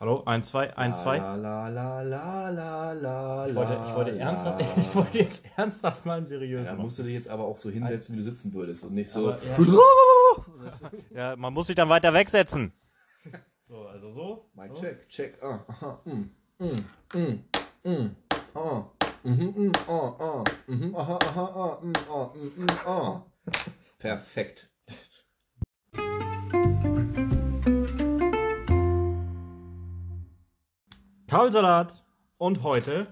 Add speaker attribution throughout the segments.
Speaker 1: Hallo, 1, 2, 1, 2.
Speaker 2: La, la, la, la, la, la,
Speaker 1: Ich wollte, ich wollte,
Speaker 2: la,
Speaker 1: ernsthaft,
Speaker 2: la.
Speaker 1: ich wollte jetzt ernsthaft mal einen seriösen
Speaker 2: Ja, da
Speaker 1: machen.
Speaker 2: musst du dich jetzt aber auch so hinsetzen, wie du sitzen würdest und nicht so.
Speaker 1: Aber, ja. Ja, man muss sich dann weiter wegsetzen. So, also so.
Speaker 2: Mic
Speaker 1: so.
Speaker 2: check, check. Ah, aha, mm, mm, mm, mm, ah, mhm, mm, ah, ah, mhm, aha, aha, ah, mm, ah, mm, mm, ah. Perfekt.
Speaker 1: Kaulsalat. Und heute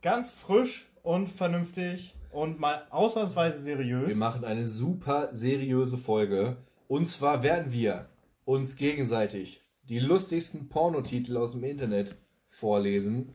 Speaker 1: ganz frisch und vernünftig und mal ausnahmsweise seriös.
Speaker 2: Wir machen eine super seriöse Folge. Und zwar werden wir uns gegenseitig die lustigsten Pornotitel aus dem Internet vorlesen.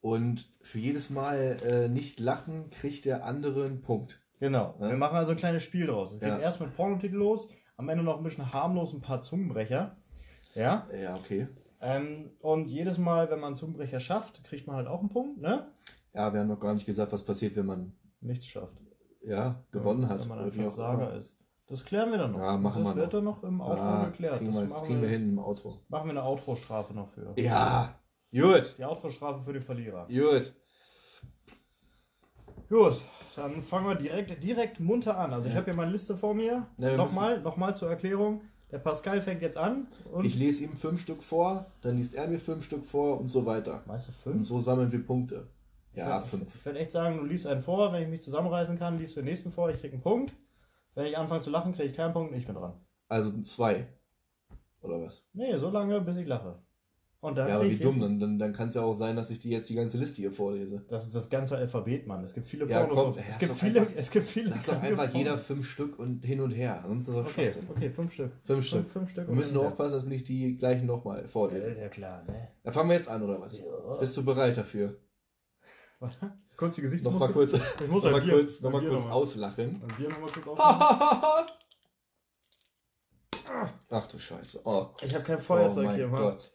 Speaker 2: Und für jedes Mal äh, nicht lachen, kriegt der andere einen Punkt.
Speaker 1: Genau.
Speaker 2: Ja.
Speaker 1: Wir machen also ein kleines Spiel draus. Es geht
Speaker 2: Ja.
Speaker 1: erst mit Pornotitel los, am Ende noch ein bisschen harmlos, ein paar Zungenbrecher. Ja.
Speaker 2: Ja, okay.
Speaker 1: Ähm, und jedes Mal, wenn man einen Zungenbrecher schafft, kriegt man halt auch einen Punkt, ne?
Speaker 2: Ja, wir haben noch gar nicht gesagt, was passiert, wenn man
Speaker 1: Nichts schafft.
Speaker 2: ja, gewonnen hat.
Speaker 1: Wenn man
Speaker 2: oder wie
Speaker 1: einfach
Speaker 2: auch
Speaker 1: Sager
Speaker 2: immer.
Speaker 1: ist. Das klären wir dann noch.
Speaker 2: Ja, machen
Speaker 1: das
Speaker 2: wir
Speaker 1: wird dann noch im Outro
Speaker 2: Ah,
Speaker 1: geklärt.
Speaker 2: Kriegen
Speaker 1: Das
Speaker 2: wir, das
Speaker 1: machen,
Speaker 2: kriegen wir
Speaker 1: wir,
Speaker 2: hin im Outro.
Speaker 1: machen wir eine Outro-Strafe noch für.
Speaker 2: Ja, gut,
Speaker 1: Die Outro-Strafe für den Verlierer.
Speaker 2: gut.
Speaker 1: Gut, dann fangen wir direkt, direkt munter an. Also ich habe hier meine Liste vor mir.
Speaker 2: Ja, wir
Speaker 1: nochmal, nochmal zur Erklärung. Der Pascal fängt jetzt an und...
Speaker 2: Ich lese ihm fünf Stück vor, dann liest er mir fünf Stück vor und so weiter.
Speaker 1: Meinst du fünf?
Speaker 2: Und so sammeln wir Punkte. Ja,
Speaker 1: ich
Speaker 2: fünf.
Speaker 1: Ich würde echt sagen, du liest einen vor, wenn ich mich zusammenreißen kann, liest du den nächsten vor, ich krieg einen Punkt. Wenn ich anfange zu lachen, kriege ich keinen Punkt und ich bin dran.
Speaker 2: Also zwei. Oder was?
Speaker 1: Nee, so lange, bis ich lache. Und dann
Speaker 2: Ja, aber
Speaker 1: krieg
Speaker 2: wie
Speaker 1: ich
Speaker 2: dumm, dann, dann, dann kann es ja auch sein, dass ich dir jetzt die ganze Liste hier vorlese.
Speaker 1: Das ist das ganze Alphabet, Mann. Es gibt viele
Speaker 2: Ja,
Speaker 1: Pornos.
Speaker 2: komm,
Speaker 1: auf-
Speaker 2: ey,
Speaker 1: es,
Speaker 2: lass
Speaker 1: gibt
Speaker 2: doch
Speaker 1: viele,
Speaker 2: einfach-
Speaker 1: es gibt viele.
Speaker 2: Lass doch
Speaker 1: kranke
Speaker 2: einfach
Speaker 1: Pornos.
Speaker 2: jeder fünf Stück und hin und her. Ansonsten ist das
Speaker 1: Okay,
Speaker 2: Schwachsinn.
Speaker 1: okay, fünf Stück.
Speaker 2: Fünf Stück.
Speaker 1: Fünf Stück.
Speaker 2: Wir müssen nur
Speaker 1: und-
Speaker 2: aufpassen, dass wir nicht die gleichen nochmal
Speaker 1: Ja,
Speaker 2: vorlesen.
Speaker 1: ist ja klar, ne?
Speaker 2: Da fangen wir jetzt an, oder was?
Speaker 1: Ja.
Speaker 2: Bist du bereit dafür?
Speaker 1: Warte, Kurz die Gesichtsmuskeln.
Speaker 2: Nochmal kurz,
Speaker 1: Ich muss
Speaker 2: noch mal
Speaker 1: ein Bier-
Speaker 2: kurz,
Speaker 1: ein
Speaker 2: noch mal
Speaker 1: Bier
Speaker 2: kurz
Speaker 1: noch mal.
Speaker 2: auslachen.
Speaker 1: Ein Bier nochmal kurz aufmachen.
Speaker 2: Ach du Scheiße. Oh,
Speaker 1: Ich hab kein Feuerzeug
Speaker 2: oh mein
Speaker 1: hier, Mann.
Speaker 2: Gott.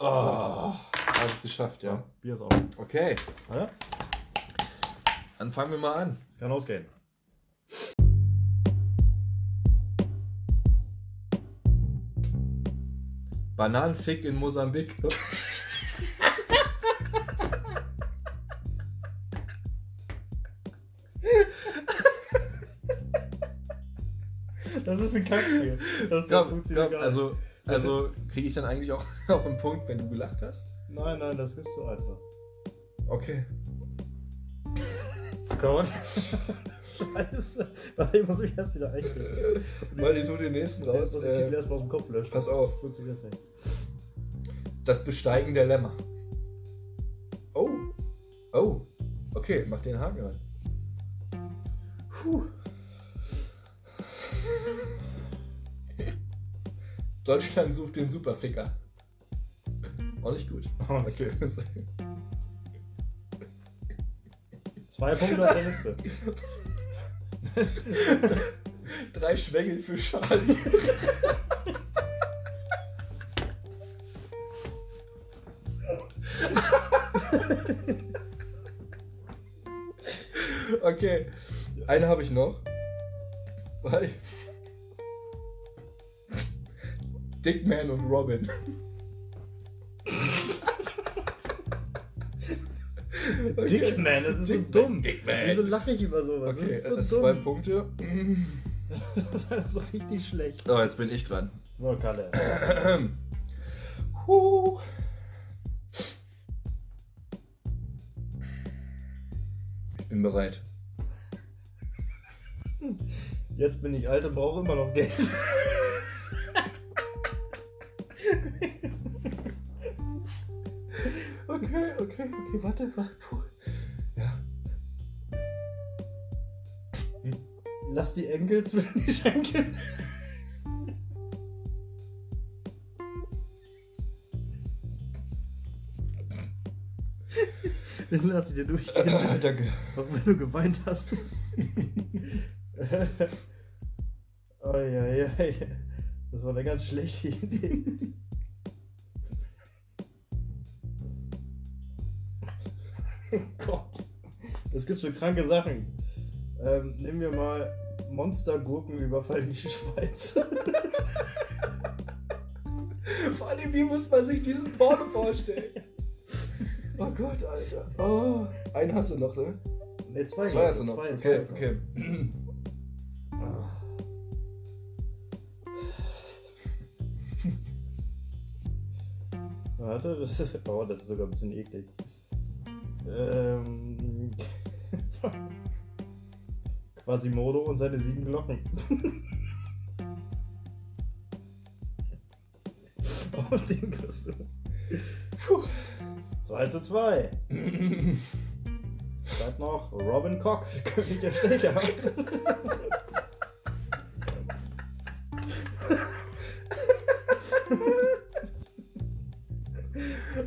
Speaker 2: Oh, alles geschafft, ja.
Speaker 1: Bier ist auf. Warte,
Speaker 2: Okay,
Speaker 1: Es
Speaker 2: dann fangen wir mal an.
Speaker 1: kann ausgehen.
Speaker 2: Bananenfick in Mosambik.
Speaker 1: Das ist ein Kackbier. Das, das
Speaker 2: Komm,
Speaker 1: funktioniert
Speaker 2: komm,
Speaker 1: gar
Speaker 2: also, also kriege ich dann eigentlich auch auf einen Punkt, wenn du gelacht hast?
Speaker 1: nicht. Nein, nein, das bist du einfach.
Speaker 2: Okay.
Speaker 1: Gott. Scheiße. Warte, ich muss mich erst wieder einkriegen.
Speaker 2: Weil ich suche den nächsten
Speaker 1: Jetzt
Speaker 2: raus.
Speaker 1: muss ich den
Speaker 2: Äh,
Speaker 1: erst mal aus dem Kopf löschen.
Speaker 2: pass auf.
Speaker 1: Funktioniert das nicht.
Speaker 2: Das Besteigen der Lämmer. Oh. Oh. Okay, mach den Haken rein. Puh. Deutschland sucht den Superficker. Auch nicht gut.
Speaker 1: Auch nicht
Speaker 2: Okay.
Speaker 1: Zwei Punkte auf der Liste.
Speaker 2: Drei Schwängel für Charlie. Okay, eine habe ich noch. Weil- Dickman und Robin.
Speaker 1: Dickman, das ist
Speaker 2: Dickman,
Speaker 1: so dumm.
Speaker 2: Dickman.
Speaker 1: Wieso lache ich über sowas?
Speaker 2: Okay,
Speaker 1: das ist so
Speaker 2: zwei
Speaker 1: dumm.
Speaker 2: Punkte.
Speaker 1: Das ist alles so richtig schlecht.
Speaker 2: So, Oh, jetzt bin ich dran.
Speaker 1: So, Kalle.
Speaker 2: Ähm. Huh. Ich bin bereit.
Speaker 1: Jetzt bin ich alt und brauche immer noch Geld.
Speaker 2: Okay, okay, okay, warte, warte. Puh. Ja.
Speaker 1: Lass die Enkel zwischen die Schenkel. Den lass ich dir durchgehen,
Speaker 2: Ah, danke.
Speaker 1: auch wenn du geweint hast. oh, ja, ja, ja. Das war eine ganz schlechte Idee. oh Gott. Es gibt so kranke Sachen. Ähm, nehmen wir mal Monstergurken überfallen die Schweiz.
Speaker 2: vor allem, wie muss man sich diesen Porno vorstellen? Oh Gott, Alter. Oh, einen hast du noch, ne?
Speaker 1: Ne, zwei,
Speaker 2: Zwei hast du noch.
Speaker 1: Zwei,
Speaker 2: Okay,
Speaker 1: zwei.
Speaker 2: okay.
Speaker 1: Ah. Warte, das ist, oh, das ist sogar ein bisschen eklig. Ähm. Quasimodo und seine sieben Glocken. oh, den kriegst du. Puh. 2 zu 2. Bleibt noch Robin Koch, König der Schläger.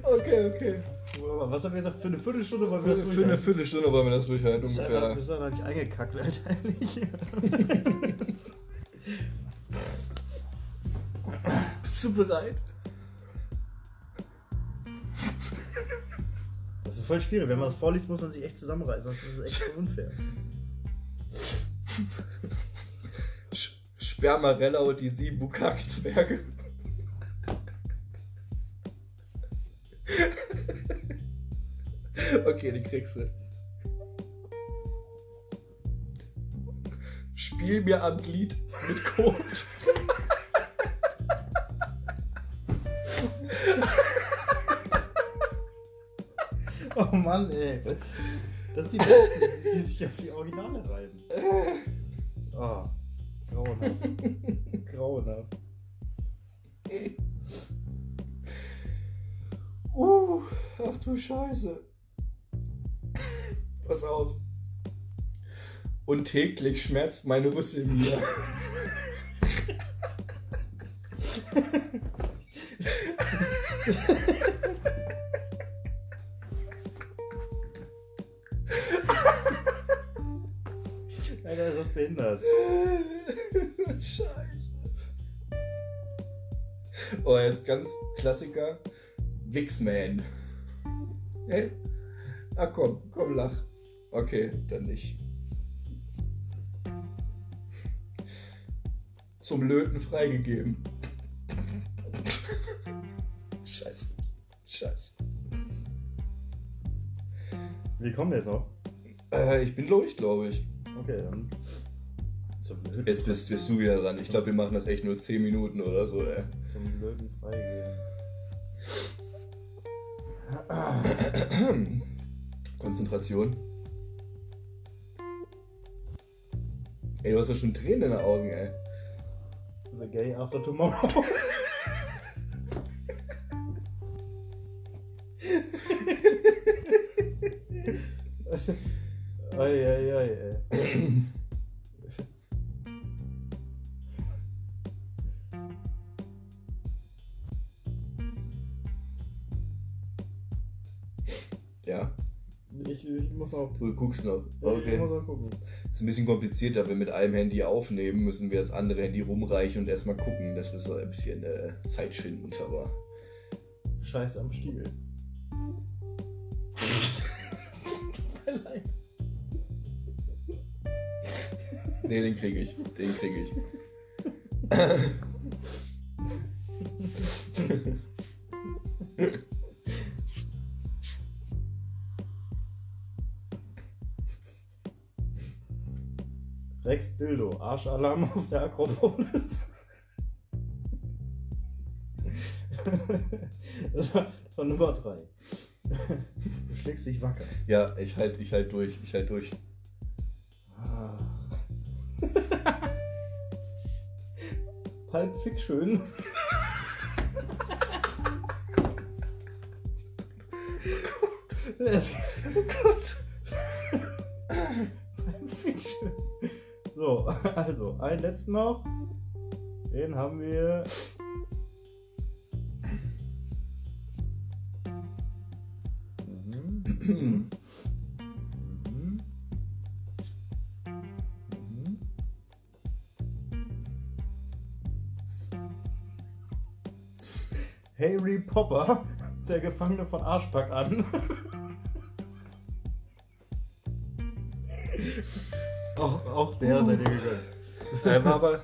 Speaker 2: Okay, okay.
Speaker 1: Aber Was haben wir gesagt? Für eine Viertelstunde wollen wir
Speaker 2: Für,
Speaker 1: das
Speaker 2: für eine
Speaker 1: durchhalten.
Speaker 2: Viertelstunde wollen wir das durchhalten
Speaker 1: Bis dahin-
Speaker 2: ungefähr.
Speaker 1: Bis dahin habe ich eingekackt, Alter.
Speaker 2: Bist du bereit?
Speaker 1: Das ist voll schwierig. Wenn man das vorliest, muss man sich echt zusammenreißen. Sonst ist es echt unfair.
Speaker 2: Sch Spermarella und die sieben Bukak-Zwerge. okay, die kriegst du. Spiel mir am Glied mit Kot.
Speaker 1: Oh Mann, ey. Das sind die Besten, die sich auf die Originale reiben. Ah, grauenhaft. grauenhaft.
Speaker 2: Uh, ach du Scheiße. Pass auf. Und täglich schmerzt meine Rüssel mir.
Speaker 1: Alter, ist das behindert.
Speaker 2: Scheiße. Oh, jetzt ganz Klassiker. Wixman. Hä? Ah komm, komm, lach. Okay, dann nicht. Zum Löten freigegeben. Scheiße. Scheiße.
Speaker 1: Wie kommen wir jetzt noch?
Speaker 2: Äh, ich bin durch, glaube ich.
Speaker 1: Okay, dann. Zum Löten,
Speaker 2: Jetzt bist, bist du wieder dran. Ich glaube, wir machen das echt nur 10 Minuten oder so, ey.
Speaker 1: zum Löten freigeben.
Speaker 2: Konzentration. Ey, du hast ja schon Tränen in den Augen, ey.
Speaker 1: The Gay After Tomorrow. Ei, ei, ei, ey.
Speaker 2: Ja,
Speaker 1: Ich, ich muss noch.
Speaker 2: du guckst noch.
Speaker 1: Ich muss
Speaker 2: Okay.
Speaker 1: noch gucken.
Speaker 2: Ist ein bisschen kompliziert, da wir mit einem Handy aufnehmen, müssen wir das andere Handy rumreichen und erstmal gucken. Das ist so ein bisschen äh, zeitschindend, aber.
Speaker 1: Scheiß am Stiel. Vielleicht.
Speaker 2: Nee, den krieg ich. Den krieg ich.
Speaker 1: Rex Dildo, Arschalarm auf der Akropolis. Das war, das war Nummer 3. Du schlägst dich wacker.
Speaker 2: Ja, ich halt, ich halt durch. Ich halt durch.
Speaker 1: Ah. Pulp Fiction. Es- oh Gott. Pulp Fiction. So, also, einen letzten noch. Den haben wir. Mhm. Mhm. Mhm. Mhm. Harry Popper, der Gefangene von Arschpack an. auch, auch der sei dir gegönnt.
Speaker 2: Der war aber,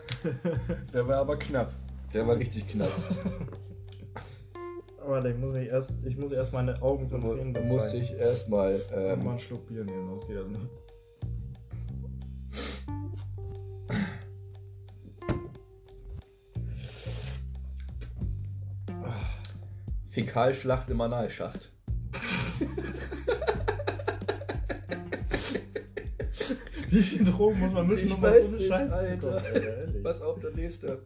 Speaker 2: der war aber knapp. Der war richtig knapp.
Speaker 1: Warte, ich muss, mich erst, ich muss erst meine Augen
Speaker 2: Da
Speaker 1: von
Speaker 2: mu-
Speaker 1: Tränen
Speaker 2: muss ich erstmal.
Speaker 1: ähm, mal
Speaker 2: Ähm,
Speaker 1: einen Schluck Bier nehmen, sonst geht das nicht.
Speaker 2: Fäkalschlacht im Analschacht.
Speaker 1: Wie viel Drogen muss man mischen,
Speaker 2: Ich
Speaker 1: um auf
Speaker 2: weiß
Speaker 1: so eine
Speaker 2: nicht,
Speaker 1: Scheiße
Speaker 2: Alter.
Speaker 1: zu kommen? Alter, ehrlich.
Speaker 2: Was auf der nächste?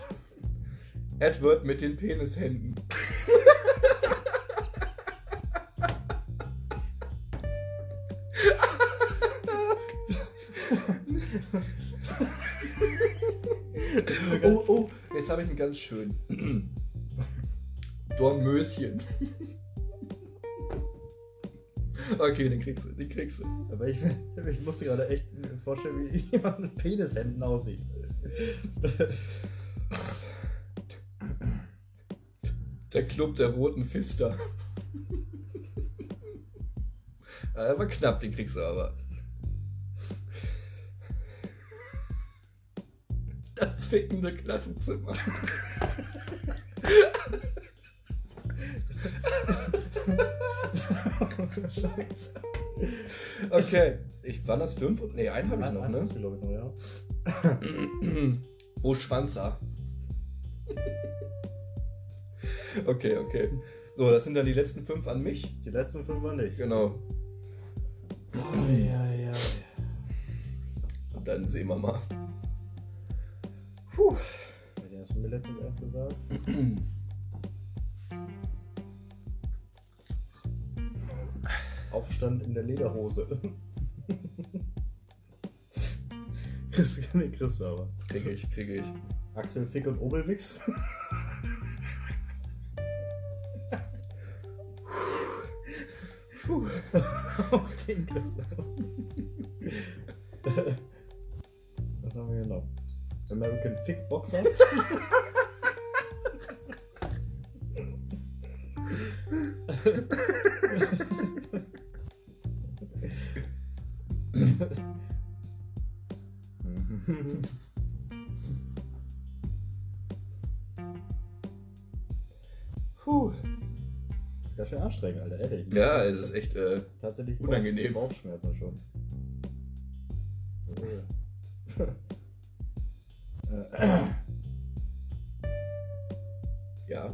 Speaker 2: Edward mit den Penishänden. oh, oh, jetzt habe ich einen ganz schönen. Dornmöschen. Okay, den kriegst du, den kriegst du.
Speaker 1: Aber ich, ich musste gerade echt vorstellen, wie jemand mit Penishänden aussieht.
Speaker 2: Der Club der roten Fister. Ja, Der war knapp, den kriegst du aber. Das fickende Klassenzimmer.
Speaker 1: Scheiße.
Speaker 2: Okay. Ich, waren das fünf? Nee, einen habe ich noch, ne?
Speaker 1: Ich noch, ja.
Speaker 2: Wo Schwanzer. Okay, okay. So, das sind dann die letzten fünf an mich.
Speaker 1: Die letzten fünf waren nicht.
Speaker 2: Genau.
Speaker 1: Ja, ja.
Speaker 2: Und dann sehen wir mal.
Speaker 1: Hast du mir letztens erst gesagt? Aufstand in der Lederhose. Chris, nee, Chris war aber.
Speaker 2: Kriege ich, kriege ich.
Speaker 1: Axel Fick und Obelwix.
Speaker 2: Puh.
Speaker 1: Auch den Chris. Was haben wir hier noch? American Fick Boxer.
Speaker 2: Puh.
Speaker 1: ist ganz schön anstrengend, Alter, ehrlich.
Speaker 2: Ja, es ist echt. Äh,
Speaker 1: Tatsächlich Bauch-
Speaker 2: Unangenehm.
Speaker 1: Bauchschmerzen schon. Oh Äh,
Speaker 2: ja,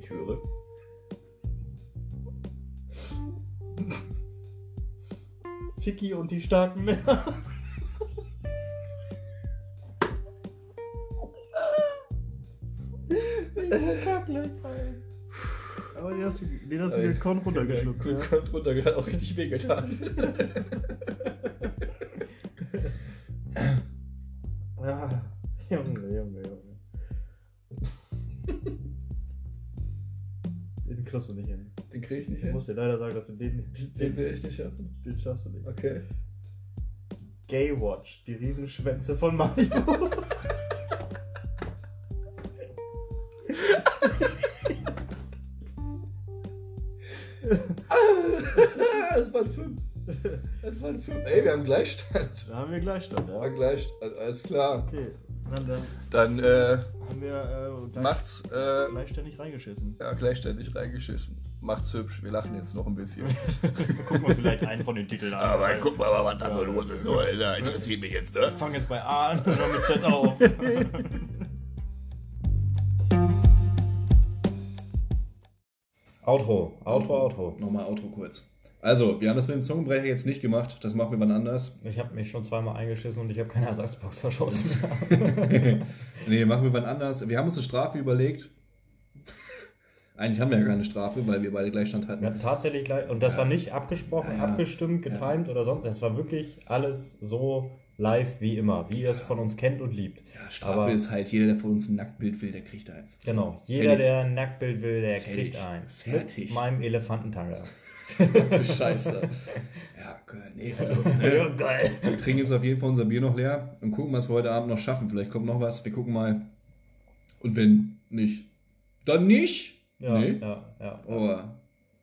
Speaker 2: ich höre.
Speaker 1: Ficky und die starken Männer. Aber den hast du, den hast du
Speaker 2: Ey.
Speaker 1: den Korn runtergeschluckt.
Speaker 2: Ja,
Speaker 1: Ja,
Speaker 2: Kommt runter, hat auch richtig wehgetan.
Speaker 1: ja. Ah, Junge, Junge, Junge. Den kriegst du nicht hin.
Speaker 2: Den krieg ich nicht
Speaker 1: Ich
Speaker 2: hin.
Speaker 1: muss dir leider sagen, dass du den,
Speaker 2: Den
Speaker 1: den,
Speaker 2: will ich nicht schaffen.
Speaker 1: den schaffst du nicht.
Speaker 2: Okay.
Speaker 1: Gaywatch, die Riesenschwänze von Mario.
Speaker 2: das waren fünf. Das waren fünf. Ey, wir haben Gleichstand.
Speaker 1: da haben wir Gleichstand,
Speaker 2: Wir
Speaker 1: ja.
Speaker 2: haben Gleichstand, alles klar.
Speaker 1: Okay, dann, dann
Speaker 2: Dann äh,
Speaker 1: haben wir äh, gleich,
Speaker 2: macht's äh,
Speaker 1: gleichständig reingeschissen.
Speaker 2: ja, gleichständig reingeschissen. Macht's hübsch, wir lachen jetzt noch ein bisschen.
Speaker 1: Gucken wir vielleicht einen von den Titeln an. weil-
Speaker 2: mal, was da so los ist. So, Alter, interessiert mich jetzt, ne?
Speaker 1: Ich fange jetzt bei A an und dann mit Z auf.
Speaker 3: Outro, Outro, Outro.
Speaker 2: Nochmal Outro kurz. Also, wir haben das mit dem Zungenbrecher jetzt nicht gemacht. Das machen wir wann anders.
Speaker 3: Ich habe mich schon zweimal eingeschissen und ich habe keine Ersatzboxershorts.
Speaker 2: Nee, machen wir wann anders. Wir haben uns eine Strafe überlegt. Eigentlich haben wir ja keine Strafe, weil wir beide Gleichstand hatten.
Speaker 3: Wir hatten tatsächlich gleich, und das war nicht abgesprochen,
Speaker 2: Ja, ja.
Speaker 3: abgestimmt,
Speaker 2: Ja.
Speaker 3: getimed oder sonst. Das war wirklich alles so live wie immer, wie ihr es von uns kennt und liebt.
Speaker 2: Ja, Strafe
Speaker 3: Aber-
Speaker 2: ist halt, jeder, der von uns ein Nacktbild will, der kriegt eins.
Speaker 3: Genau, jeder,
Speaker 2: Fertig.
Speaker 3: der ein Nacktbild will, der
Speaker 2: Fertig.
Speaker 3: kriegt eins.
Speaker 2: Fertig.
Speaker 3: Mit meinem Elefantentanga.
Speaker 2: Du Scheiße. ja, cool. nee, also, ne,
Speaker 3: geil.
Speaker 2: wir trinken jetzt auf jeden Fall unser Bier noch leer und gucken, was wir heute Abend noch schaffen. Vielleicht kommt noch was. Wir gucken mal. Und wenn nicht, dann nicht.
Speaker 3: Ja,
Speaker 2: nee.
Speaker 3: ja, ja.
Speaker 2: Aber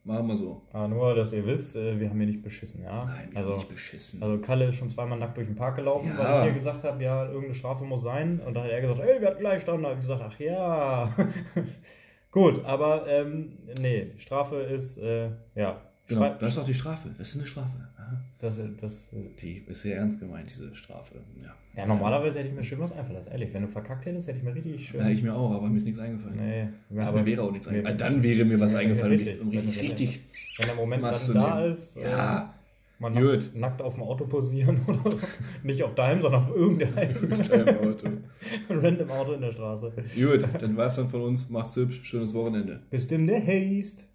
Speaker 2: machen wir so.
Speaker 3: Aber nur, dass ihr wisst, äh, wir haben hier nicht beschissen, ja?
Speaker 2: Nein, wir
Speaker 3: also,
Speaker 2: haben nicht beschissen.
Speaker 3: also Kalle ist schon zweimal nackt durch den Park gelaufen,
Speaker 2: Ja.
Speaker 3: weil ich hier gesagt habe, ja, irgendeine Strafe muss sein. Und dann hat er gesagt, ey, wir hatten Gleichstand. Da habe ich gesagt, ach ja.
Speaker 1: Gut, aber ähm, nee, Strafe ist, äh, ja.
Speaker 2: Genau,
Speaker 1: Schrei-
Speaker 2: das ist auch die Strafe. Das ist eine Strafe. Ja,
Speaker 1: Das, das, äh,
Speaker 2: Die ist sehr ernst gemeint, diese Strafe. Ja.
Speaker 1: ja, normalerweise hätte ich mir schön was einfallen lassen, ehrlich. Wenn du verkackt hättest, hätte ich mir richtig schön.
Speaker 2: Ja, ich mir auch, aber mir ist nichts eingefallen.
Speaker 1: nee,
Speaker 2: Ach, mir wäre auch nichts
Speaker 1: nee.
Speaker 2: eingefallen. Ah, dann wäre mir was
Speaker 1: Ja,
Speaker 2: eingefallen,
Speaker 1: richtig.
Speaker 2: um richtig,
Speaker 1: Wenn-
Speaker 2: richtig
Speaker 1: Wenn der Moment
Speaker 2: was zu
Speaker 1: dann da
Speaker 2: nehmen.
Speaker 1: ist, äh,
Speaker 2: Ja,
Speaker 1: mal
Speaker 2: Gut.
Speaker 1: nackt, nackt auf dem Auto posieren oder so. Nicht auf deinem, sondern auf irgendeinem
Speaker 2: mit deinem Auto.
Speaker 1: random Auto in der Straße.
Speaker 2: Gut, dann war's dann von uns. Macht's hübsch. Schönes Wochenende.
Speaker 1: Bis demnächst.